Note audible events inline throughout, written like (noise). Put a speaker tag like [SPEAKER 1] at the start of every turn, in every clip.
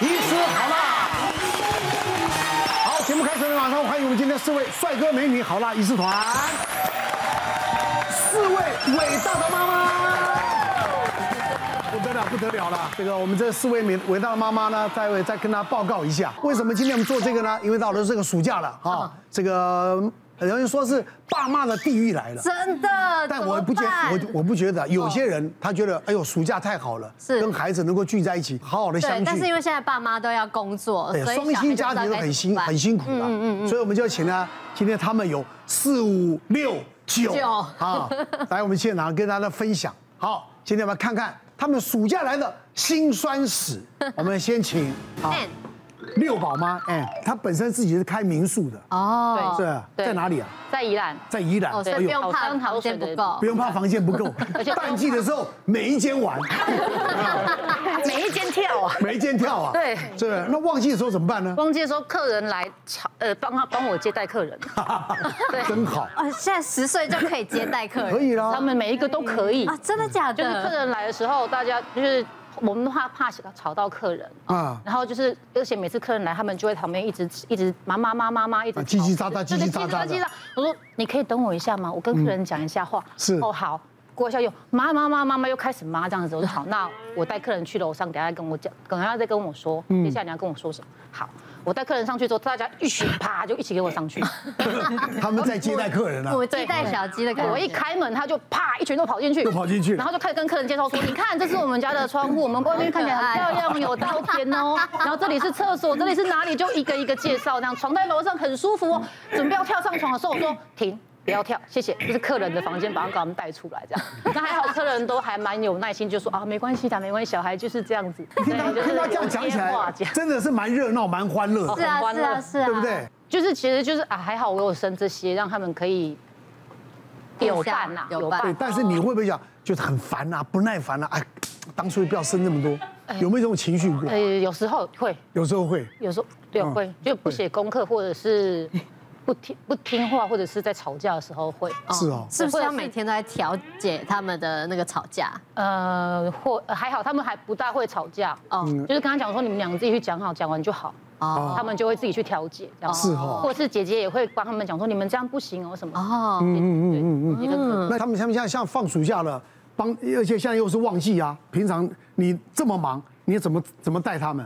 [SPEAKER 1] 医师好辣。好，节目开始了，马上欢迎我们今天四位帅哥美女好辣医师团，四位伟大的妈妈。不得了，不得了了！这个我们这四位伟伟大的妈妈呢，待会再跟她报告一下，为什么今天我们做这个呢？因为到了这个暑假了啊，这个呃有人说是爸妈的地狱来了。
[SPEAKER 2] 真的，
[SPEAKER 1] 但我不觉
[SPEAKER 2] 怎么办
[SPEAKER 1] 我我不觉得，有些人他觉得，哎呦，暑假太好了，
[SPEAKER 2] 是
[SPEAKER 1] 跟孩子能够聚在一起，好好的相
[SPEAKER 2] 对，
[SPEAKER 1] 聚。
[SPEAKER 2] 但是因为现在爸妈都要工作，
[SPEAKER 1] 对，
[SPEAKER 2] 所以
[SPEAKER 1] 哎双薪家庭都很辛很辛苦了，所以我们就请呢，今天他们有四五六九
[SPEAKER 2] 九
[SPEAKER 1] 啊，来我们现场跟大家分享。好，今天我们看看他们暑假来的辛酸史。我们先请啊
[SPEAKER 2] 嗯
[SPEAKER 1] 六宝妈，哎，她本身自己是开民宿的，
[SPEAKER 2] 哦，
[SPEAKER 1] 是吧
[SPEAKER 3] 对
[SPEAKER 1] 在哪里啊？
[SPEAKER 3] 在宜兰，
[SPEAKER 1] 在宜兰。
[SPEAKER 2] 哦，所
[SPEAKER 1] 哎
[SPEAKER 2] 以
[SPEAKER 1] 呦
[SPEAKER 2] 不用怕
[SPEAKER 3] 好山好
[SPEAKER 2] 房间不
[SPEAKER 3] 水的
[SPEAKER 2] 够
[SPEAKER 1] 不，用怕房间不够，淡季的时候每一间玩，
[SPEAKER 3] (laughs) 每一间跳 (laughs) 啊。
[SPEAKER 1] 每一间跳啊。
[SPEAKER 3] 对
[SPEAKER 1] 是不是那旺季的时候怎么办呢？
[SPEAKER 3] 忘记说客人来吵，呃，帮他帮我接待客人，对
[SPEAKER 1] 真好，
[SPEAKER 2] 哦，现在十岁就可以接待客人，
[SPEAKER 1] 可以嗯
[SPEAKER 3] 他
[SPEAKER 1] 啦。
[SPEAKER 3] 们每一个都可以
[SPEAKER 2] 啊，。真的假
[SPEAKER 3] 就是客
[SPEAKER 2] 的？
[SPEAKER 3] 人来的时候，大家就是我们怕怕吵到客人
[SPEAKER 1] 啊
[SPEAKER 3] 啊，然后就是而且每次客人来，他们就会旁边一直一直妈妈妈妈妈一直
[SPEAKER 1] 啊
[SPEAKER 3] 吵
[SPEAKER 1] 叽叽喳喳
[SPEAKER 3] 对
[SPEAKER 1] 叽叽
[SPEAKER 3] 对
[SPEAKER 1] 喳喳
[SPEAKER 3] 叽喳
[SPEAKER 1] 的嗯
[SPEAKER 3] 叽喳。我说你可以等我一下吗？我跟客人讲一下话。
[SPEAKER 1] 是
[SPEAKER 3] 哦好，过一下又妈妈妈妈妈又开始妈这样子。我说好，那我带客人去楼上，等一下跟我讲，等一下再跟我说，
[SPEAKER 1] 嗯
[SPEAKER 3] 接下来你要跟我说什么？好，我带客人上去之后，大家一起啪就一起给我上去。
[SPEAKER 1] 他们在接待客人啊。
[SPEAKER 2] 母鸡带小鸡的感觉，
[SPEAKER 3] 我一开门，他就啪一群都跑进去，
[SPEAKER 1] 都嗯跑进去
[SPEAKER 3] 然后就开始跟客人介绍说：“你看，这是我们家的窗户，我们外面看起来很漂亮，有稻田哦。 (laughs) 然后这里是厕所，这里是哪里？就一个一个介绍，这样床在楼上很舒服哦。准备要跳上床的时候，我说停。”不要跳，谢谢。这是客人的房间，把他给我们带出来，
[SPEAKER 1] (laughs)
[SPEAKER 3] 这样。那还好，客人都还蛮有耐心，就说啊，没关系的，没关系，小孩就是这样子。
[SPEAKER 1] 听他
[SPEAKER 3] 对就是
[SPEAKER 1] 听他这样讲起
[SPEAKER 3] 有些话
[SPEAKER 1] 来
[SPEAKER 3] 讲，
[SPEAKER 1] 真的是蛮热闹、蛮欢乐
[SPEAKER 2] 是
[SPEAKER 1] 的，
[SPEAKER 2] 啊
[SPEAKER 3] 很欢
[SPEAKER 2] 是
[SPEAKER 3] 乐
[SPEAKER 2] 啊是啊，
[SPEAKER 1] 对不？对？
[SPEAKER 3] 就是其实就是啊，还好我有生这些，让他们可以有伴呐，
[SPEAKER 2] 有伴
[SPEAKER 1] 对，但是你会不会讲，就是很烦啊、不耐烦啊？哎，当初不要生那么
[SPEAKER 3] 哎
[SPEAKER 1] 多，有没有这种情绪过？
[SPEAKER 3] 呃，有时候会，
[SPEAKER 1] 有时候会，
[SPEAKER 3] 有时候对
[SPEAKER 1] 嗯
[SPEAKER 3] 会，就不写功课，或者是不听不听话，或者是在吵架的时候会，
[SPEAKER 1] 是哦
[SPEAKER 2] 是不是要每天都在调解他们的那个吵架？
[SPEAKER 3] 呃，或呃还好他们还不大会吵架，
[SPEAKER 2] 哦
[SPEAKER 1] 嗯
[SPEAKER 3] 就是跟他讲说你们两个自己去讲好，讲完就好，
[SPEAKER 2] 哦
[SPEAKER 3] 他们就会自己去调解，这样
[SPEAKER 1] 是哦
[SPEAKER 3] 或者是姐姐也会帮他们讲说你们这样不行哦什么，
[SPEAKER 2] 哦，
[SPEAKER 3] 嗯嗯嗯嗯，
[SPEAKER 1] 那他们像像像放暑假了，帮，而且现在又是旺季啊，平常你这么忙，你怎么怎么带他们？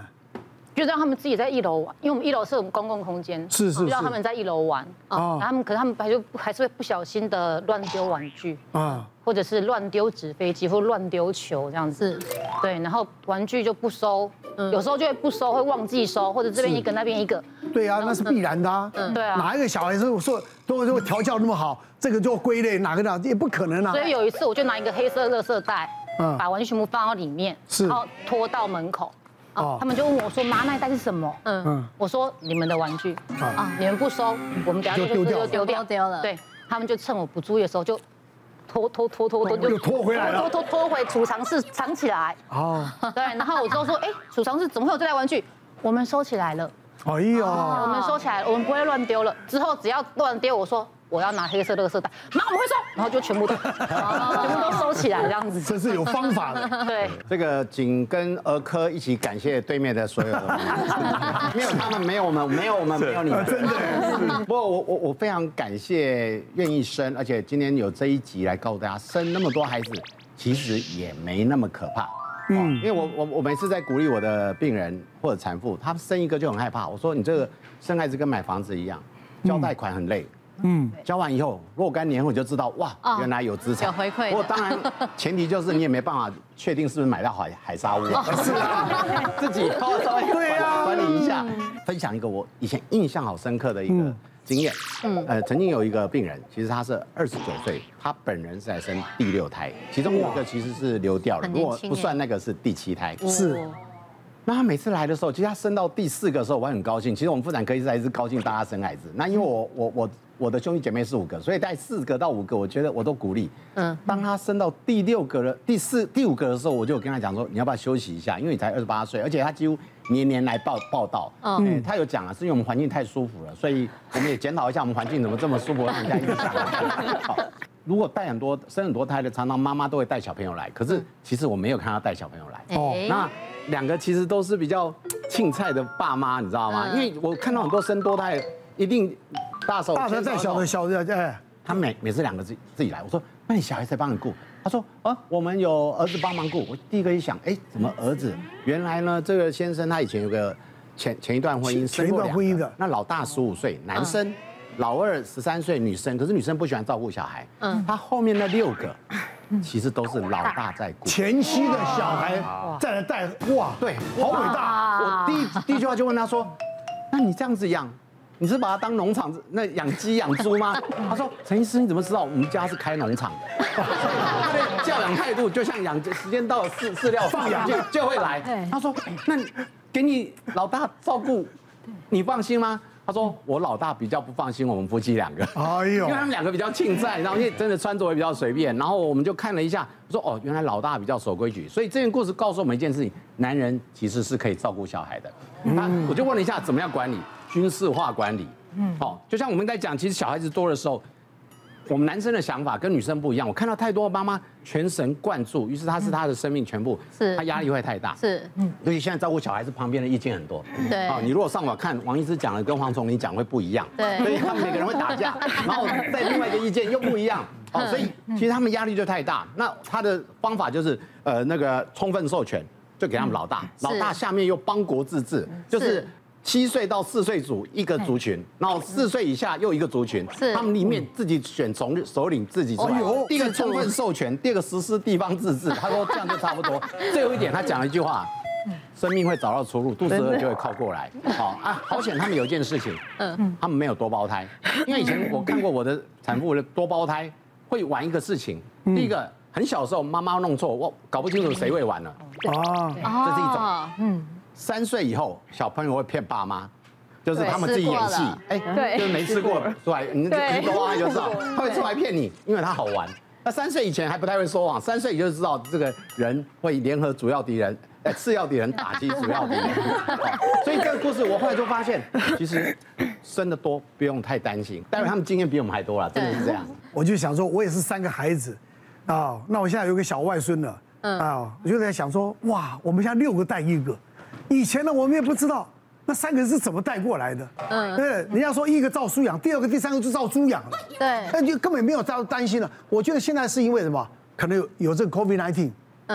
[SPEAKER 3] 就让他们自己在一楼玩，因为我们一楼是我们公共空间，
[SPEAKER 1] 是是
[SPEAKER 3] 就让
[SPEAKER 1] 是
[SPEAKER 3] 他们在一楼玩，
[SPEAKER 1] 哦
[SPEAKER 3] 然后他们可是他们还就还是会不小心的乱丢玩具。
[SPEAKER 1] 啊，
[SPEAKER 3] 或者是乱丢纸飞机或乱丢球这样子，
[SPEAKER 2] 是
[SPEAKER 3] 对，然后玩具就不收，
[SPEAKER 2] 嗯
[SPEAKER 3] 有时候就会不收，会忘记收，或者这边一个那边一个，
[SPEAKER 1] 对啊，那是必然的啊。
[SPEAKER 3] 嗯对啊
[SPEAKER 1] 哪一个小孩子说都都调教那么好，这个就归类哪个的也不可能啊
[SPEAKER 3] 所。以有一次我就拿一个黑色垃圾袋，
[SPEAKER 1] 嗯
[SPEAKER 3] 把玩具全部放到里面，
[SPEAKER 1] 是
[SPEAKER 3] 然后拖到门口，
[SPEAKER 1] 哦
[SPEAKER 3] 哦，他们就问我说：“妈，那一袋是什么？”
[SPEAKER 2] 嗯
[SPEAKER 1] 嗯
[SPEAKER 3] 嗯，我说：“你们的玩具
[SPEAKER 1] 啊
[SPEAKER 3] 啊，你们不收，我们等下
[SPEAKER 1] 就
[SPEAKER 3] 就
[SPEAKER 1] 丢掉了
[SPEAKER 3] 就丢掉
[SPEAKER 2] 都丢了
[SPEAKER 3] 对他们就趁我不注意的时候就拖拖拖拖拖
[SPEAKER 1] 哦又拖回来了
[SPEAKER 3] 拖拖拖回储藏室藏起来。
[SPEAKER 1] 哦，
[SPEAKER 3] (laughs) 对，然后我之后说，哎，储藏室怎么会有这袋玩具？我们收起来了，
[SPEAKER 1] 哎呦，
[SPEAKER 3] 我们收起来了，我们不会乱丢了。之后只要乱丢，我说我要拿黑色垃圾袋，妈，我们会收，然后就全部都全部都收起来这样子。
[SPEAKER 1] 这是有方法的。
[SPEAKER 3] 对，
[SPEAKER 4] 这个仅跟儿科一起感谢对面的所有的，
[SPEAKER 2] (laughs)
[SPEAKER 4] 没有他们，没有我们，没有我们，没有
[SPEAKER 2] 啊
[SPEAKER 4] 你们，真 (laughs) 的。不过我我我非常感谢愿意生，而且今天有这一集来告诉大家，生那么多孩子其实也没那么可怕。嗯，因为我我我每次在鼓励我的病人或者产妇，她生一个就很害怕。我说你这个生孩子跟买房子一样，交贷款很累。嗯，交完以后若干年后你就知道哇
[SPEAKER 2] 哦，
[SPEAKER 4] 原来有资产
[SPEAKER 2] 有回馈的
[SPEAKER 4] 不过当然，前提就是你也没办法确定是不是买到海海沙屋、啊，是
[SPEAKER 2] 哦
[SPEAKER 4] 啊， (laughs) 自己要稍微
[SPEAKER 1] 对啊
[SPEAKER 4] 管理一下。分享一个我以前印象好深刻的一个经验，嗯，呃，曾经有一个病人，其实他是二十九岁，他本人是在生第六胎，其中有一个其实是流掉了，
[SPEAKER 2] 很
[SPEAKER 4] 如
[SPEAKER 2] 年
[SPEAKER 4] 果
[SPEAKER 2] 轻
[SPEAKER 4] 不
[SPEAKER 2] 耶
[SPEAKER 4] 算那个是第七胎，
[SPEAKER 1] 是
[SPEAKER 2] 哦
[SPEAKER 4] 那他每次来的时候，其实他生到第四个的时候，我还很高兴。其实我们妇产科医师还是高兴大家生孩子。那因为我我我我的兄弟姐妹是五个，所以带四个到五个，我觉得我都鼓励。嗯，当他生到第六个了、第四、第五个的时候，我就跟他讲说，你要不要休息一下？因为你才二十八岁，而且他几乎年年来报报道。嗯、他有讲了，是因为我们环境太舒服了，所以我们也检讨一下我们环境怎么这么舒服，让人家一直想来。好如果带很多生很多胎的，常常妈妈都会嗯
[SPEAKER 1] 哦
[SPEAKER 4] 哦带小朋友来，可是其实我没有看她带小朋友来。
[SPEAKER 2] 哎
[SPEAKER 4] 那两个其实都是比较庆菜的爸妈，你知道吗？
[SPEAKER 2] 嗯
[SPEAKER 4] 因为我看到很多生多胎，一定大手
[SPEAKER 1] 大的带小的，小的哎，
[SPEAKER 4] 他每每次两个自己自己来，我说那你小孩谁帮你顾？他说啊，
[SPEAKER 1] 哦
[SPEAKER 4] 我们有儿子帮忙顾。我第一个一想，哎，怎么儿子？原来呢，这个先生他以前有个前前一段婚姻，
[SPEAKER 1] 前
[SPEAKER 4] 生过
[SPEAKER 1] 前一段
[SPEAKER 4] 两个
[SPEAKER 1] 婚姻的
[SPEAKER 4] 那老大十五岁，男生，老二十三岁，女生。可是女生不喜欢照顾小孩，嗯，他后面那六个其实都是老大在顾。
[SPEAKER 1] 前妻的小孩再来带，哇，
[SPEAKER 4] 对
[SPEAKER 1] 好伟大，
[SPEAKER 4] 我第一第一句话就问他说：“那你这样子养，你是把它当农场那养鸡养猪吗？”他说：“陈医师，你怎么知道我们家是开农场的？”他的教养态度就像养鸡，时间到了饲饲料放养就就会来。他说：“哎那你给你老大照顾，你放心吗？”他说：“我老大比较不放心我们夫妻两个。”
[SPEAKER 1] 哎
[SPEAKER 4] 因
[SPEAKER 1] 呦
[SPEAKER 4] 为，他们两个比较庆在，然后因为真的穿着也比较随便，然后我们就看了一下，说哦，原来老大比较守规矩，所以这件故事告诉我们一件事情：男人其实是可以照顾小孩的。他我就问了一下，怎么样管理？军事化管理。嗯，哦，就像我们在讲，其实小孩子多的时候，我们男生的想法跟女生不一样。我看到太多的妈妈全神贯注，于是她是她的生命全部，
[SPEAKER 2] 是
[SPEAKER 4] 她压力会太大。
[SPEAKER 2] 是，
[SPEAKER 4] 尤其现在照顾小孩子，旁边的意见很多。
[SPEAKER 2] 嗯对
[SPEAKER 4] 啊，你如果上网看王医师讲的跟黄崇林讲会不一样，
[SPEAKER 2] 对
[SPEAKER 4] 所以他们每个人会
[SPEAKER 2] (laughs)
[SPEAKER 4] 打架，然后在另外一个意见又不一样，哦，
[SPEAKER 2] 嗯
[SPEAKER 4] 所以其实他们压力就太大。那他的方法就是呃那个充分授权，就给他们老大，
[SPEAKER 2] 嗯是嗯
[SPEAKER 4] 老大下面又邦国自治，就是
[SPEAKER 2] 是。哎
[SPEAKER 4] 七岁到四岁组一个族群，然后四岁以下又一个族群，
[SPEAKER 2] 是
[SPEAKER 4] 他们里面自己选首领首领自己出来
[SPEAKER 1] 哎呦。
[SPEAKER 4] 第一个充分授权，第二个实施地方自治。他说这样就差不多。 (laughs) 最后一点，他讲了一句话：
[SPEAKER 1] 嗯
[SPEAKER 4] 生命会找到出路，肚子饿就会靠过
[SPEAKER 1] (laughs)
[SPEAKER 4] 来。好啊，好险他们有一件事情，嗯，他们没有多胞胎，
[SPEAKER 1] 嗯
[SPEAKER 4] 因为以前我看过我的产妇的多胞胎会玩一个事情，
[SPEAKER 1] 嗯
[SPEAKER 4] 第一个很小的时候妈妈弄错，我搞不清楚谁会玩了。
[SPEAKER 1] 啊，
[SPEAKER 4] 这是一种
[SPEAKER 2] 哦，
[SPEAKER 4] 三岁以后，小朋友会骗爸妈，就是
[SPEAKER 2] 对
[SPEAKER 4] 他们自己演
[SPEAKER 2] 试
[SPEAKER 4] 戏
[SPEAKER 2] 过了，
[SPEAKER 4] 哎，
[SPEAKER 3] 对
[SPEAKER 4] 就是没试过出来，你就
[SPEAKER 3] 对
[SPEAKER 4] 你说话就知道，他会出来骗你，因为他好玩。那三岁以前还不太会说谎，三岁你就知道这个人会联合主要敌人、哎次要敌人打击主要敌人。好所以这个故事我后来就发现，其实生的多不用太担心，待会他们经验比我们还多了，真的是这样。
[SPEAKER 1] 我就想说，我也是三个孩子，啊，那我现在有个小外孙了，啊，我就在想说，哇，我们家六个带一个，以前呢我们也不知道那三个是怎么带过来的，嗯，对，人家说一个照书养，第二个、第三个就照猪养了， (laughs)
[SPEAKER 2] 对
[SPEAKER 1] 那就根本没有担担心了。我觉得现在是因为什么？可能有有这个 COVID 1 9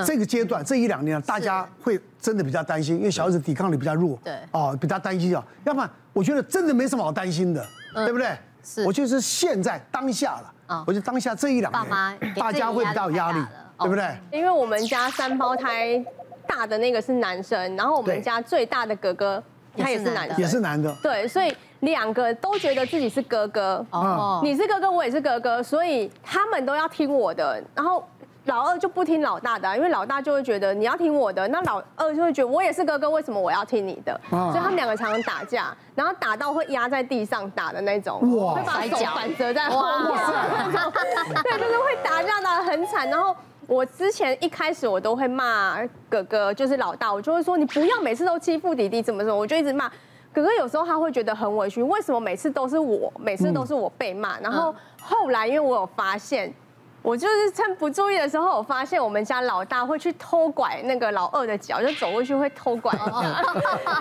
[SPEAKER 1] 这
[SPEAKER 2] 嗯
[SPEAKER 1] 个阶段这一两年大家会真的比较担心，因为小孩子抵抗力比较弱，
[SPEAKER 2] 对
[SPEAKER 1] 哦，比较担心啊。要不然我觉得真的没什么好担心的，对不对？
[SPEAKER 2] 嗯是
[SPEAKER 1] 我就是现在当下了，
[SPEAKER 2] 嗯
[SPEAKER 1] 我就当下这一两
[SPEAKER 2] 爸妈给
[SPEAKER 1] 年，大家会比较有压
[SPEAKER 2] 自己压力太大
[SPEAKER 1] 力
[SPEAKER 2] 了，哦
[SPEAKER 1] 对不对？
[SPEAKER 5] 因为我们家三胞胎大的那个是男生，然后我
[SPEAKER 1] 对
[SPEAKER 5] 们家最大的哥哥他也是男
[SPEAKER 2] 也
[SPEAKER 5] 生，
[SPEAKER 1] 也是男的，
[SPEAKER 5] 对，所以两个都觉得自己是哥哥，
[SPEAKER 2] 哦，
[SPEAKER 5] 你是哥哥，我也是哥哥，所以他们都要听我的，然后。老二就不听老大的啊、因为老大就会觉得你要听我的，那老二就会觉得我也是哥哥，为什么我要听你的？所以他们两个常常打架，然后打到会压在地上打的那种，
[SPEAKER 1] 哇
[SPEAKER 5] 会把手反折在后面， (laughs)
[SPEAKER 2] (laughs)
[SPEAKER 5] 对，就是会打架打得很惨。然后我之前一开始我都会骂哥哥，就是老大，我就会说你不要每次都欺负弟弟，怎么怎么，我就一直骂。哥哥有时候他会觉得很委屈，为什么每次都是我，每次都是我被骂？然后后来因为我有发现，我就是趁不注意的时候，我发现我们家老大会去偷拐那个老二的脚，就走过去会偷拐一下。 (laughs)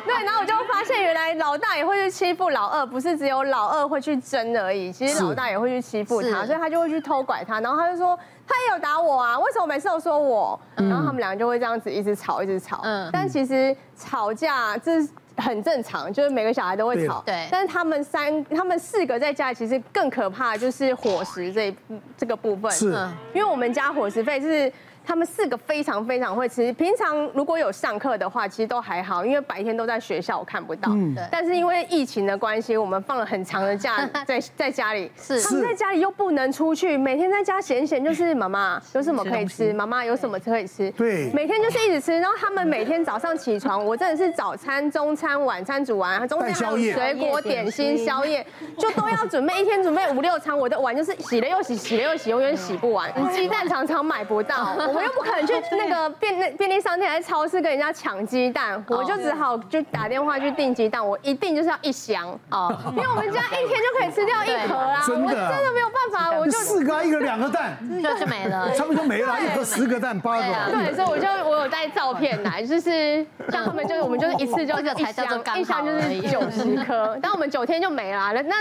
[SPEAKER 5] 对，然后我就发现原来老大也会去欺负老二，不是只有老二会去争而已，其实老大也会去欺负他，
[SPEAKER 2] 是
[SPEAKER 5] 所以他就会去偷拐他。然后他就说他也有打我啊，为什么每次都说我？然后他们两个就会这样子一直吵，一直吵。
[SPEAKER 2] 嗯
[SPEAKER 5] 嗯，但其实吵架这。很正常，就是每个小孩都
[SPEAKER 1] 对啊
[SPEAKER 5] 会
[SPEAKER 1] 了
[SPEAKER 5] 吵。
[SPEAKER 2] 对
[SPEAKER 5] 但是他们三、他们四个在家里，其实更可怕的就是伙食这一部这个部分。
[SPEAKER 1] 是
[SPEAKER 2] 嗯
[SPEAKER 5] 因为我们家伙食费是他们四个非常非常会吃，平常如果有上课的话，其实都还好，因为白天都在学校，我看不到。
[SPEAKER 1] 嗯
[SPEAKER 2] 对
[SPEAKER 5] 但是因为疫情的关系，我们放了很长
[SPEAKER 2] (laughs)
[SPEAKER 5] 的假在在家里，
[SPEAKER 2] 是
[SPEAKER 5] 他们在家里又不能出去，每天在家闲闲就是妈妈有什么可以吃，妈妈有什么可以吃，
[SPEAKER 1] 对
[SPEAKER 5] 每天就是一直吃。然后他们每天早上起床，我真的是早餐、中餐、晚餐煮完，中间
[SPEAKER 1] 带
[SPEAKER 5] 还有
[SPEAKER 1] 宵夜
[SPEAKER 5] 水果、点心、宵夜，就都要准备，一哎天准备五六餐。我的碗就是洗了又洗，洗了又洗，永远洗不完。鸡蛋常常买不到，我我又不可能去那个便那便利商店、还是超市跟人家抢鸡蛋，我就只好就打电话去订鸡蛋，我一定就是要一箱哦，因为我们家一天就可以吃掉一盒啦，
[SPEAKER 1] 对真
[SPEAKER 5] 我
[SPEAKER 1] 的
[SPEAKER 5] 真的没有办法，我就
[SPEAKER 1] 四个啊一个两个蛋，
[SPEAKER 2] (laughs) 就就没了。
[SPEAKER 1] 差不多就没了，一颗十个蛋八
[SPEAKER 2] 对啊
[SPEAKER 1] 个。
[SPEAKER 5] 对，所以我就我有带照片来，就是像他们就是我们就是一次就
[SPEAKER 2] 这个
[SPEAKER 5] 一
[SPEAKER 2] 才叫做
[SPEAKER 5] 箱，一
[SPEAKER 2] 刚好
[SPEAKER 5] 箱就
[SPEAKER 2] 而已
[SPEAKER 5] 是九十
[SPEAKER 2] (laughs)
[SPEAKER 5] 颗，但我们九天就没啦。那那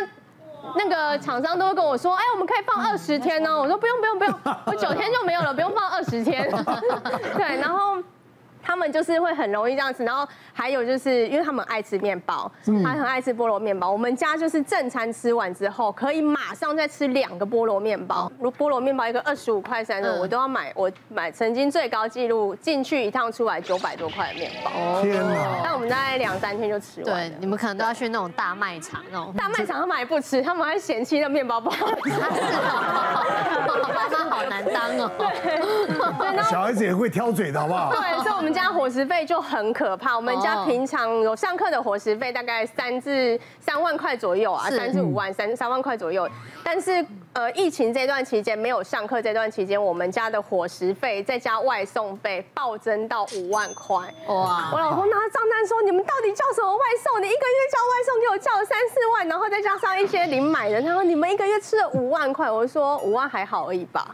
[SPEAKER 5] 那个厂商都会跟我说，哎，我们可以放二十天哦。我说不用不用不用，我九天就没有了，不用放二十天。对，然后。他们就是会很容易这样子，然后还有就是因为他们爱吃面包，他很爱吃菠萝面包。我们家就是正餐吃完之后，可以马上再吃两个菠萝面包。如菠萝面包一个二十五块三的，
[SPEAKER 2] 嗯
[SPEAKER 5] 我都要买。我买曾经最高纪录进去一趟出来九百多块的面包，
[SPEAKER 2] 啊
[SPEAKER 1] 天哪！
[SPEAKER 5] 但我们大概两三天就吃完
[SPEAKER 2] (laughs) 对
[SPEAKER 5] 了。，
[SPEAKER 2] 你们可能都要去那种大卖场那种。
[SPEAKER 5] 大卖
[SPEAKER 2] (laughs)
[SPEAKER 5] 场他们还不吃，他们还嫌弃那面包不好吃。
[SPEAKER 2] 啊是哦，(laughs)
[SPEAKER 5] (laughs)
[SPEAKER 2] 妈妈好难当哦。
[SPEAKER 1] 小孩子也会挑嘴的好不好？
[SPEAKER 5] 对，所以我们家伙食费就很可怕。我们家
[SPEAKER 2] 哦
[SPEAKER 5] 平常有上课的伙食费大概三至三万块左右啊，
[SPEAKER 2] 是
[SPEAKER 5] 三至五万三三万块左右。但是呃，疫情这段期间没有上课这段期间，我们家的伙食费再加外送费暴增到五万块。我
[SPEAKER 2] 哇，
[SPEAKER 5] 老公拿着账单说：“你们到底叫什么外送？你一个月叫外送给我叫了三四万，然后再加上一些零买的，他说你们一个月吃了五万块。”我就说：“五万还好而已吧。”